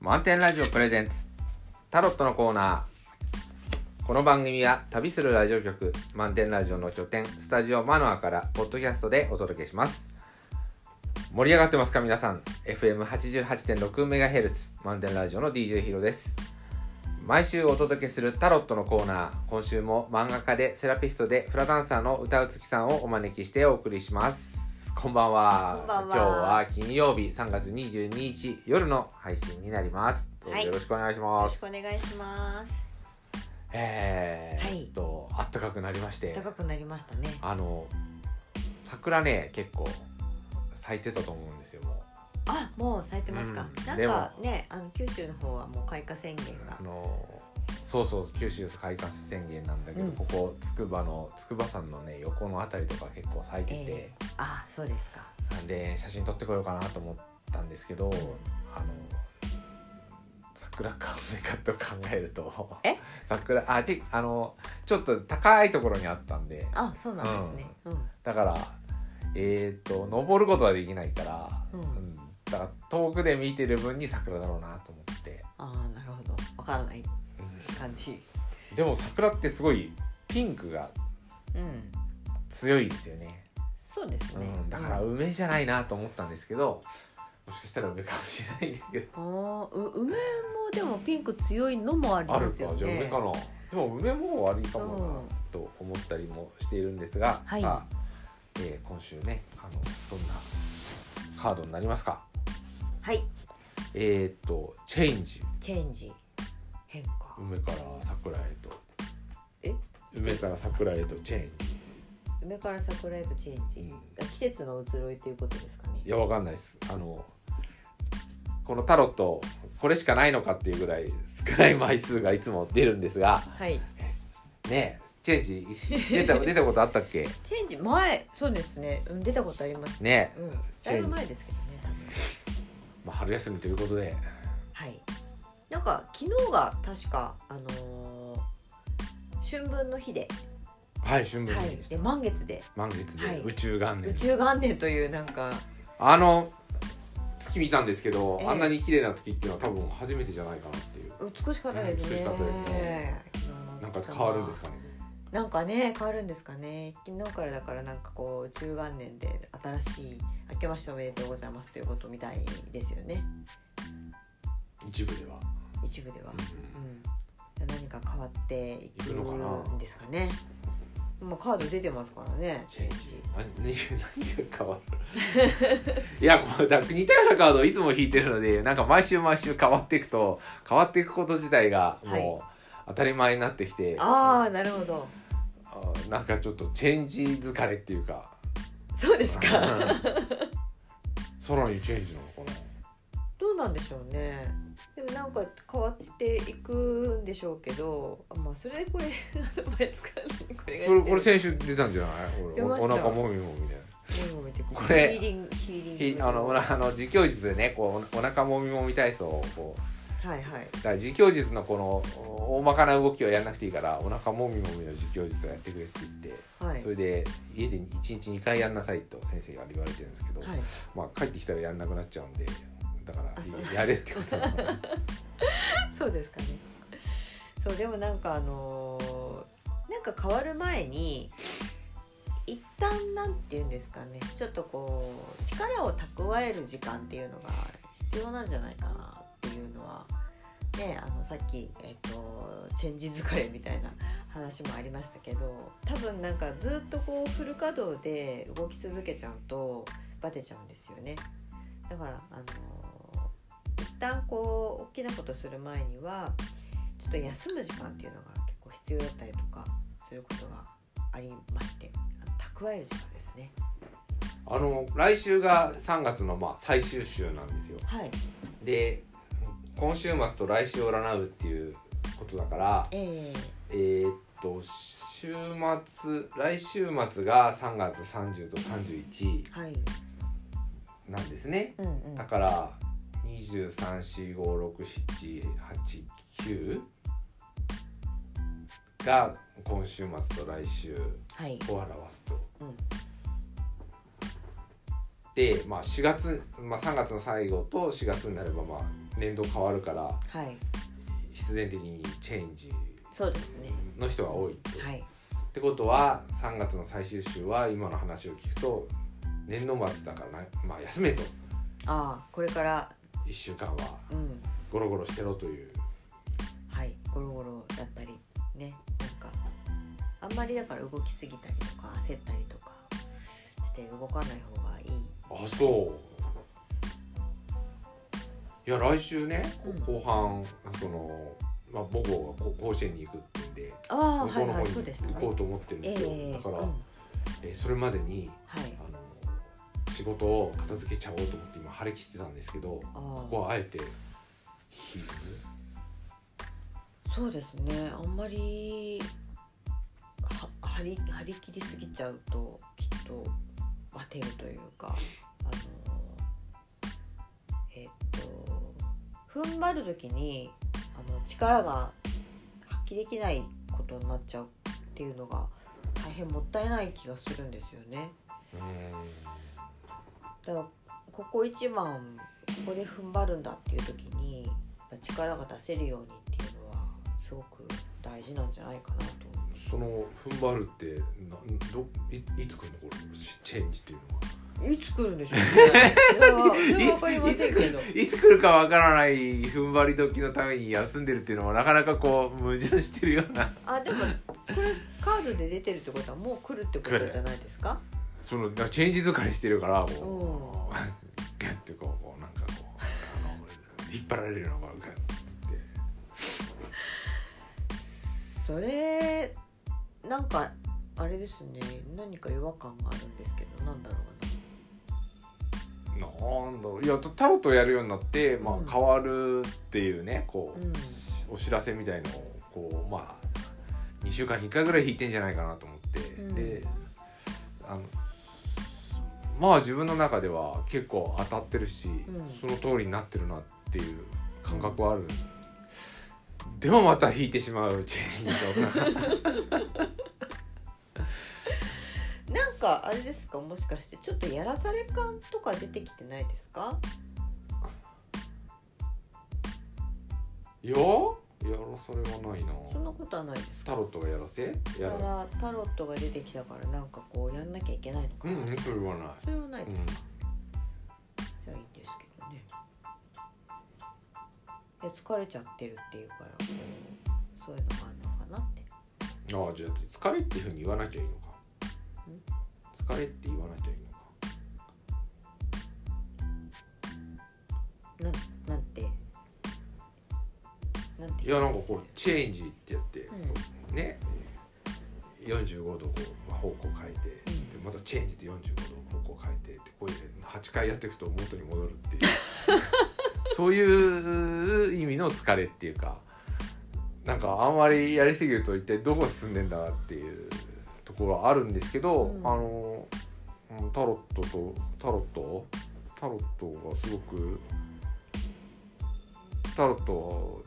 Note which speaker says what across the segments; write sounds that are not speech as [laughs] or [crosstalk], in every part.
Speaker 1: 満点ラジオプレゼンツタロットのコーナーこの番組は旅するラジオ局満点ラジオの拠点スタジオマノアからポッドキャストでお届けします盛り上がってますか皆さん FM88.6MHz 満点ラジオの DJ ヒロです毎週お届けするタロットのコーナー今週も漫画家でセラピストでフラダンサーの歌うつきさんをお招きしてお送りしますこんばんは
Speaker 2: こんばんは
Speaker 1: 今日は金曜日3月22日夜の配信になりますどうぞ
Speaker 2: はい
Speaker 1: よろしくお願いし
Speaker 2: よろ
Speaker 1: ま
Speaker 2: し
Speaker 1: す、
Speaker 2: くお願いします。
Speaker 1: えー
Speaker 2: はい
Speaker 1: えっとあったかくなりまして
Speaker 2: 高くなりましたね。
Speaker 1: あの桜ね結構咲いてたと思うんですよもう
Speaker 2: あ、もう咲いてますか。
Speaker 1: うん
Speaker 2: なんかね、あの九州の方はもう開花宣言が
Speaker 1: あ。のそうそう九州開花宣言なんだけど、
Speaker 2: うん
Speaker 1: ここ筑波の筑波山のね横の辺りとか結構咲いてて、
Speaker 2: あ、そうですか。
Speaker 1: なんで写真撮ってこようかなと思ったんですけどあの桜か梅かと考えると
Speaker 2: え
Speaker 1: 桜あちあのちょっと高いところにあったんで
Speaker 2: あ、そうなんですね。うん。
Speaker 1: だからえっ、と登ることはできないから、
Speaker 2: うん
Speaker 1: だから遠くで見てる分に桜だろうなと思って、
Speaker 2: あー、なるほど。わからない感じ。
Speaker 1: でも桜ってすごいピンクが
Speaker 2: うん。
Speaker 1: 強いですよね、
Speaker 2: そうですね。
Speaker 1: うん、だから
Speaker 2: うん
Speaker 1: 梅じゃないなと思ったんですけどもしかしたら梅かもしれないんだけど
Speaker 2: あー、う梅もでもピンク強いのもあり
Speaker 1: ある
Speaker 2: ま
Speaker 1: か
Speaker 2: す
Speaker 1: じ
Speaker 2: よ
Speaker 1: ゃあ
Speaker 2: ね。
Speaker 1: 梅かなでも梅も悪いかもな
Speaker 2: うん
Speaker 1: と思ったりもしているんですが、
Speaker 2: はい
Speaker 1: さあえー今週ねあのどんなカードになりますか
Speaker 2: はい。
Speaker 1: えーっと「チェンジ
Speaker 2: チェンジ。変化」。
Speaker 1: 梅から桜へと
Speaker 2: え
Speaker 1: 梅から桜へとチェンジ
Speaker 2: 梅から桜へとチェンジ。
Speaker 1: うん
Speaker 2: が季節の移ろいということですかね
Speaker 1: い。やわかんないですあのこのタロットこれしかないのかっていうぐらい少ない枚数がいつも出るんですが
Speaker 2: はい。
Speaker 1: ねえチェンジ出た出たことあったっけ
Speaker 2: チェンジ前、そうですね。うん、出たことあります。
Speaker 1: ねえ、
Speaker 2: うん、だいぶ前ですけどね多分
Speaker 1: まあ、春休みということで
Speaker 2: はいなんか昨日が確かあのー春分の日で,、
Speaker 1: はい春分
Speaker 2: は
Speaker 1: の
Speaker 2: い
Speaker 1: 日で、した
Speaker 2: で満月で
Speaker 1: 満月で、
Speaker 2: はい
Speaker 1: 宇宙元
Speaker 2: 宇
Speaker 1: 年
Speaker 2: 宙元年というなんか
Speaker 1: あの月見たんですけど、
Speaker 2: ええ
Speaker 1: あんなに綺麗な月っていうのは多分初めてじゃないかなっていう
Speaker 2: 美しかったですね
Speaker 1: 美しかったですねなんか変わるんです
Speaker 2: か
Speaker 1: かね
Speaker 2: なんかね変わるんですかね昨日からだからなんかこう宇宙元年で新しい「明けましておめでとうございます」ということみたいですよね
Speaker 1: 一部では、
Speaker 2: 一部では
Speaker 1: うん。
Speaker 2: うん、何か変わってい
Speaker 1: いくのか
Speaker 2: く
Speaker 1: なん
Speaker 2: ですかね。まあカード出てますからね。
Speaker 1: チェンジ何何が変わるいやこれだ似たようなカードをいつも引いてるのでなんか毎週毎週変わっていくと変わっていくこと自体がもう当たり前になってきて、
Speaker 2: ああ、なるほど。
Speaker 1: あーなんかちょっとチェンジ疲れっていうか
Speaker 2: そうです
Speaker 1: [laughs]
Speaker 2: か。
Speaker 1: さらにチェンジなのかな
Speaker 2: どうなんでしょうね。でもなんか変わっていくんでしょうけど、あまあそれでこれアドバイスからこれが
Speaker 1: これこれ先週出たんじゃない俺
Speaker 2: 出ま
Speaker 1: おお
Speaker 2: した
Speaker 1: 腹もみもみね
Speaker 2: 目を見て
Speaker 1: これ
Speaker 2: ヒーリングヒーリン
Speaker 1: ひ
Speaker 2: グ
Speaker 1: あのおなあの自供術でねこうおお腹もみもみ体操をこう
Speaker 2: はいはい。
Speaker 1: だから自供術のこのお大まかな動きをやらなくていいからお腹もみもみの自供術をやってくれって言って、
Speaker 2: はい
Speaker 1: それで家で1日2回やんなさいと先生が言われてるんですけど、
Speaker 2: はい、
Speaker 1: まあ帰ってきたらやんなくなっちゃうんでだから
Speaker 2: あそう
Speaker 1: やれって [laughs] ことなのかな
Speaker 2: そうですかね。そうでもなんかあのーなんか変わる前に一旦なんて言うんですかねちょっとこう力を蓄える時間っていうのが必要なんじゃないかなっていうのはねあのさっき、えっとチェンジ疲れみたいな話もありましたけど多分なんかずっとこうフル稼働で動き続けちゃうとバテちゃうんですよね。だからあの一旦こう大きなことする前にはちょっと休む時間っていうのが結構必要だったりとかすることがありましてあの蓄える時間ですね
Speaker 1: あの来週が3月のまあ最終週なんですよ
Speaker 2: はい
Speaker 1: で今週末と来週を占うっていうことだから
Speaker 2: ええ
Speaker 1: えーっと週末来週末が3月30と31
Speaker 2: はい
Speaker 1: なんですね
Speaker 2: うんうん
Speaker 1: だから234567889が今週末と来週
Speaker 2: はい
Speaker 1: を表すと。
Speaker 2: うん
Speaker 1: で、まあ、4月、まあ、3月の最後と4月になればまあ、年度変わるから
Speaker 2: はい
Speaker 1: 必然的にチェンジ
Speaker 2: そうですね
Speaker 1: の人が多いと、
Speaker 2: はい
Speaker 1: ってことは3月の最終週は今の話を聞くと年度末だからな、まあ、休めと
Speaker 2: ああこれから
Speaker 1: 1週間は
Speaker 2: うん
Speaker 1: ゴロゴロしてろという
Speaker 2: はいゴロゴロだったりねなんかあんまりだから動きすぎたりとか焦ったりとかして動かない方がいい
Speaker 1: あそういや来週ねこ
Speaker 2: うん
Speaker 1: 後半、その、まあ、母校がこ甲子園に行くってんで
Speaker 2: あ
Speaker 1: 向こ
Speaker 2: あは
Speaker 1: う
Speaker 2: い
Speaker 1: の
Speaker 2: は
Speaker 1: 方
Speaker 2: い
Speaker 1: に
Speaker 2: そうでした
Speaker 1: 行
Speaker 2: ね
Speaker 1: こうと思ってるん
Speaker 2: え
Speaker 1: ですよ、
Speaker 2: え
Speaker 1: だから、
Speaker 2: うん、
Speaker 1: えーそれまでに
Speaker 2: はい
Speaker 1: あの仕事を片付けちゃおうと思って今張り切ってたんですけど
Speaker 2: あ
Speaker 1: こ
Speaker 2: あ
Speaker 1: こはあえてヒール
Speaker 2: そうですねあんまりは張り張り切りすぎちゃうときっとバテるというかあのえっと踏ん張る時にあの力が発揮できないことになっちゃうっていうのが大変もったいない気がするんですよね。
Speaker 1: うーん
Speaker 2: だからここ一番ここで踏ん張るんだっていう時にやっぱ力が出せるようにっていうのはすごく大事なんじゃないかなと
Speaker 1: その踏ん張るってなどいいつ来るのこれチチェンジっていうのはい
Speaker 2: つ来るんでしょうねそれは [laughs] それは分かりませんけど
Speaker 1: いつ来るかわからない踏ん張り時のために休んでるっていうのもなかなかこう矛盾してるような
Speaker 2: あでもこれカードで出てるってことはもう来るってことじゃないですか
Speaker 1: そのだからチェンジ疲れしてるから
Speaker 2: う
Speaker 1: [laughs] もうギャッてこうこうなんかこうあの引っ張られるのがガッて
Speaker 2: それなんかあれですね何か違和感があるんですけどなんだろう
Speaker 1: なんだろういやタロットをやるようになって、ま
Speaker 2: うん
Speaker 1: あ、変わるっていうねこう、
Speaker 2: うん
Speaker 1: お知らせみたいのをこうまあ2週間に1回ぐらい引いてんじゃないかなと思って、
Speaker 2: うん
Speaker 1: であのまあ自分の中では結構当たってるし、
Speaker 2: ん
Speaker 1: その通りになってるなっていう感覚はある、でもまた引いてしまうチェンジとか
Speaker 2: ななんかあれですかもしかしてちょっとやらされ感とか出てきてないですか [laughs]
Speaker 1: よやらそれはないな
Speaker 2: そんなことはないですか
Speaker 1: タロットがやらせや
Speaker 2: だ
Speaker 1: ら
Speaker 2: からタロットが出てきたからなんかこうやんなきゃいけないのか
Speaker 1: う
Speaker 2: な、
Speaker 1: んそれはない
Speaker 2: それはないですか、じゃあいいんですけどねいや疲れちゃってるっていうからこうそういうのがあるのかなって
Speaker 1: ああじゃあ疲れっていうふうに言わなきゃいいのか疲れって言わなきゃいいのか
Speaker 2: なんなんてなんて
Speaker 1: いやなんかこうチェンジってやって、
Speaker 2: う
Speaker 1: ね45度こうまあ方向変えて、
Speaker 2: ん
Speaker 1: でまたチェンジって45度方向変えてってこういう8回やっていくと元に戻るっていう
Speaker 2: [laughs]
Speaker 1: そういう意味の疲れっていうかなんかあんまりやりすぎると一体どこ進んでんだっていうところはあるんですけど、
Speaker 2: うん
Speaker 1: あのうんタロットとタロットタロットがすごくタロット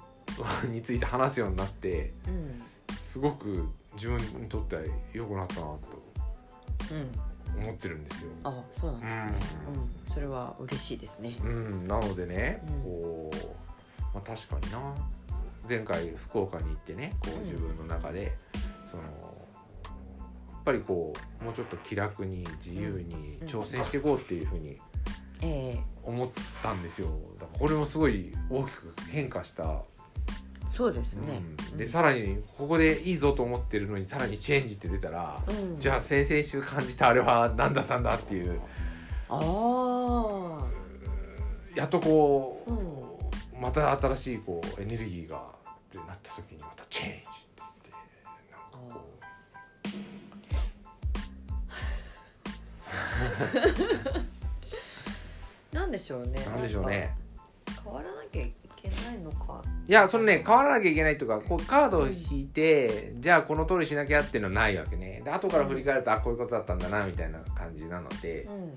Speaker 1: について話すようになって
Speaker 2: うん
Speaker 1: すごく自分にとっては良くなったなと
Speaker 2: うん
Speaker 1: 思ってるんですよ。
Speaker 2: あそうなんですねうん、それは嬉しいですね
Speaker 1: うん、なのでね、
Speaker 2: うん
Speaker 1: こう、まあ、確かにな前回福岡に行ってねこ
Speaker 2: う
Speaker 1: うん自分の中で、そのやっぱりこうもうちょっと気楽に自由に
Speaker 2: うん
Speaker 1: 挑戦していこうっていうふうに
Speaker 2: ええ
Speaker 1: 思ったんですよだからこれもすごい大きく変化した、
Speaker 2: そうです
Speaker 1: うん
Speaker 2: ね、
Speaker 1: でさらにここでいいぞと思ってるのにさらにチェンジって出たら、
Speaker 2: うん、
Speaker 1: じゃあ先々週感じたあれは何だったんだっていう
Speaker 2: ああ
Speaker 1: やっとこう、
Speaker 2: う
Speaker 1: また新しいこうエネルギーがってなった時にまたチェンジって言ってなんかこ
Speaker 2: なんでしょうね
Speaker 1: うなんでしょうね
Speaker 2: なんか変わらなきゃいけないのか
Speaker 1: いやそれね変わらなきゃいけないとかこうカードを引いて、じゃあこの通りしなきゃっていうのはないわけねで後から振り返ると、あこういうことだったんだなみたいな感じなので
Speaker 2: う、ん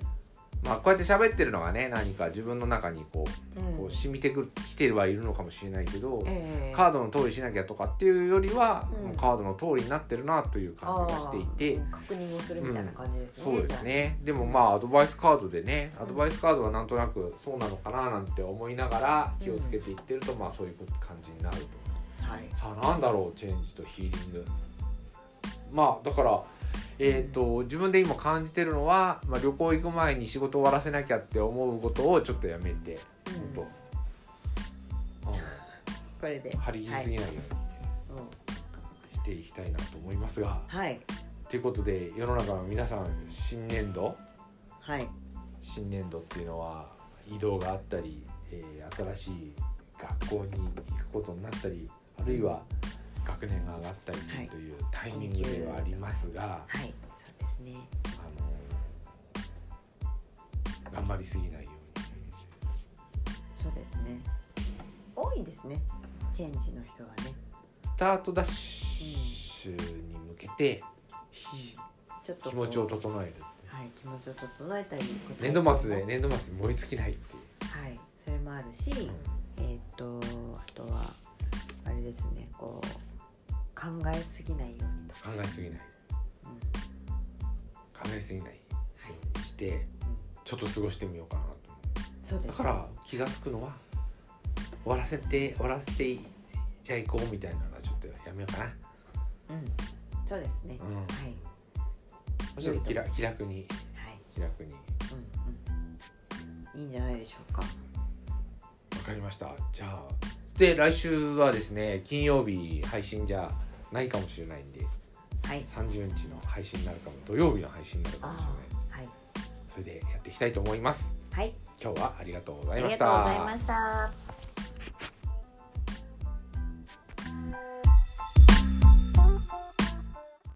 Speaker 1: まあこうやって喋ってるのがね何か自分の中にこうこう染みてくるきてはいるのかもしれないけど、
Speaker 2: ええ
Speaker 1: カードの通りしなきゃとかっていうよりは、
Speaker 2: うん
Speaker 1: もうカードの通りになってるなという感じがしていて。
Speaker 2: あー確認をするみたいな感じですね、
Speaker 1: そうで
Speaker 2: じゃ
Speaker 1: す
Speaker 2: あ
Speaker 1: ねでもまあアドバイスカードでねアドバイスカードはなんとなくそうなのかななんて思いながら気をつけていってると、まあそういう感じになると
Speaker 2: はい
Speaker 1: さあなんだろうチェンジとヒーリングまあだからえー、と自分で今感じてるのは、まあ、旅行行く前に仕事終わらせなきゃって思うことをちょっとやめて、
Speaker 2: うん
Speaker 1: ほん
Speaker 2: こと
Speaker 1: あの
Speaker 2: れで
Speaker 1: 張り切りすぎないようにね、
Speaker 2: はいうん
Speaker 1: していきたいなと思いますが。
Speaker 2: はい
Speaker 1: ということで世の中の皆さん新年度
Speaker 2: はい
Speaker 1: 新年度っていうのは移動があったり、えー新しい学校に行くことになったりあるいは学年が上がったりす
Speaker 2: は
Speaker 1: る
Speaker 2: い
Speaker 1: というタイミングではありますが、
Speaker 2: はいそうですね
Speaker 1: あの頑張りすぎないよ
Speaker 2: そうですね多いですねチェンジの人がね
Speaker 1: うにスタートダッシュに向けてひ
Speaker 2: ちょっとこう
Speaker 1: 気持ちを整えるって
Speaker 2: はい気持ちを整えたり
Speaker 1: 年度末で年度末に燃え尽きないっていう。
Speaker 2: はいそれもあるし、えーっとあとはあれですねこう考えすぎないようにとか、
Speaker 1: 考えすぎない
Speaker 2: うん
Speaker 1: 考えすぎないよ
Speaker 2: はいう
Speaker 1: にして
Speaker 2: う
Speaker 1: ちょっと過ごしてみようかなと思う
Speaker 2: そうで
Speaker 1: だ
Speaker 2: す
Speaker 1: か
Speaker 2: ね
Speaker 1: ら気が付くのは終わらせて終わらせてじゃあ行こうみたいなのはちょっとやめようかな、
Speaker 2: うんそうですね、
Speaker 1: うん、も
Speaker 2: はいう
Speaker 1: ちょっと気楽気楽に
Speaker 2: はい
Speaker 1: 気楽にわ
Speaker 2: うんうんいいんじゃないでしょうか
Speaker 1: かりましたじゃあで来週はですね金曜日配信じゃないかもしれないんで
Speaker 2: はい
Speaker 1: 30日の配信になるかも土曜日の配信になるかもしれ
Speaker 2: あ
Speaker 1: ないです
Speaker 2: あはい
Speaker 1: それでやっていきたいと思います
Speaker 2: はい
Speaker 1: 今日はありがとうご
Speaker 2: あ
Speaker 1: ざい
Speaker 2: り
Speaker 1: ま
Speaker 2: が
Speaker 1: し
Speaker 2: と
Speaker 1: た
Speaker 2: うございました